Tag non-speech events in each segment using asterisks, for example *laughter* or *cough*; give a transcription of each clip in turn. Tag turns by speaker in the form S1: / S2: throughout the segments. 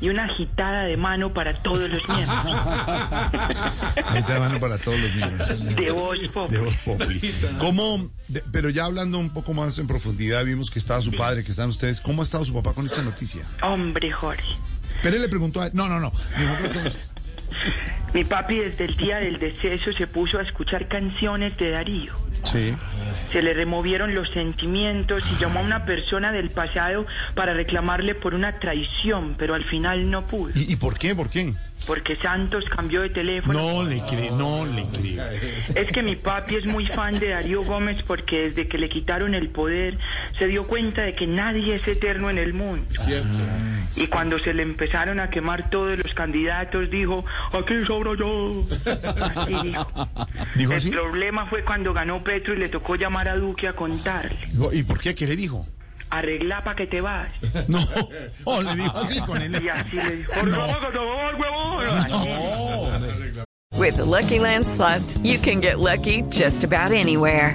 S1: y una agitada de mano para todos
S2: *laughs*
S1: los miembros
S2: Ahí te mano para todos los niños.
S1: de Voz Pop.
S2: De voz populi. ¿Cómo? de- pero ya hablando un poco más en profundidad, vimos que estaba su padre, que están ustedes. ¿Cómo ha estado su papá con esta noticia?
S1: Hombre, Jorge.
S2: Pero él le preguntó a No, no, no. Nosotros-
S1: Mi papi desde el día del deceso se puso a escuchar canciones de Darío.
S2: Sí.
S1: Se le removieron los sentimientos y llamó a una persona del pasado para reclamarle por una traición, pero al final no pudo,
S2: ¿Y, y por qué? ¿Por qué?
S1: porque Santos cambió de teléfono.
S2: No le creo, no le creo.
S1: Es que mi papi es muy fan de Darío Gómez porque desde que le quitaron el poder se dio cuenta de que nadie es eterno en el mundo. Ah. Y cuando se le empezaron a quemar todos los candidatos dijo, aquí sobro yo. Así dijo.
S2: ¿Dijo
S1: El
S2: así?
S1: problema fue cuando ganó Petro y le tocó llamar a Duque a contarle,
S2: Dijo, ¿Y por qué? ¿Qué le dijo?
S1: arregla para que te vas.
S2: No, oh, le dijo así con él.
S1: Y así le dijo, "Por favor, que te vas, huevón". Así.
S3: With the Lucky Land slots, you can get lucky just about anywhere.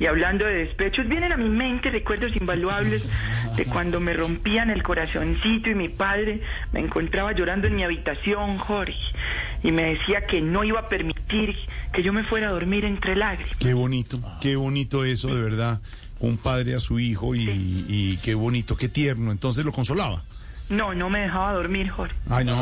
S1: Y hablando de despechos, vienen a mi mente recuerdos invaluables de cuando me rompían el corazoncito y mi padre me encontraba llorando en mi habitación, Jorge, y me decía que no iba a permitir que yo me fuera a dormir entre lágrimas.
S2: Qué bonito, qué bonito eso, de verdad. Un padre a su hijo y, y qué bonito, qué tierno. Entonces lo consolaba.
S1: No, no me dejaba dormir, Jorge.
S2: Ay, no.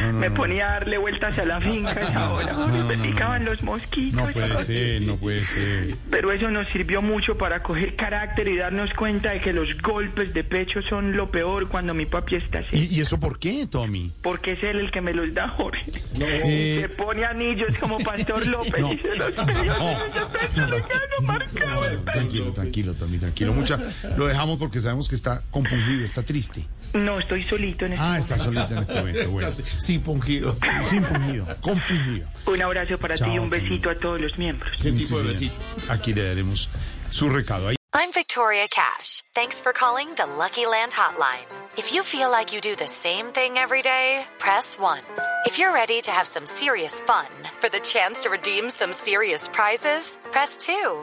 S2: no, no,
S1: Me
S2: no.
S1: ponía a darle vueltas
S2: *laughs*
S1: a la finca y ahora Jorge, me picaban los mosquitos.
S4: *laughs*
S2: No puede
S1: Jorge.
S2: ser, no puede ser.
S1: Pero eso nos sirvió mucho para coger carácter y darnos cuenta de que los golpes de pecho son lo peor cuando mi papi está así.
S2: ¿Y, y eso por qué, Tommy?
S1: Porque es él el que me los da, Jorge.
S4: Oh,
S2: Eh, ah,
S1: Se pone anillos
S2: *laughs*
S1: como Pastor López y se los pega.
S2: Tranquilo, tranquilo, Tommy, tranquilo. Mucha, lo dejamos porque sabemos que está compungido, está triste.
S1: No, estoy solito en este
S2: Ah, está solita
S4: *laughs*
S2: en este momento. Bueno.
S4: Sin pungido.
S2: Sin pungido, compungido.
S1: Un abrazo para ti y
S2: Chao,
S1: un besito a todos los miembros.
S4: ¿Qué tipo de
S2: Sí,
S4: besito?
S2: señor. Aquí le daremos su recado. Ahí
S5: I'm Victoria Cash. Thanks for calling the Lucky Land Hotline. If you feel like you do the same thing every day, press 1. If you're ready to have some serious fun for the chance to redeem some serious prizes, press 2.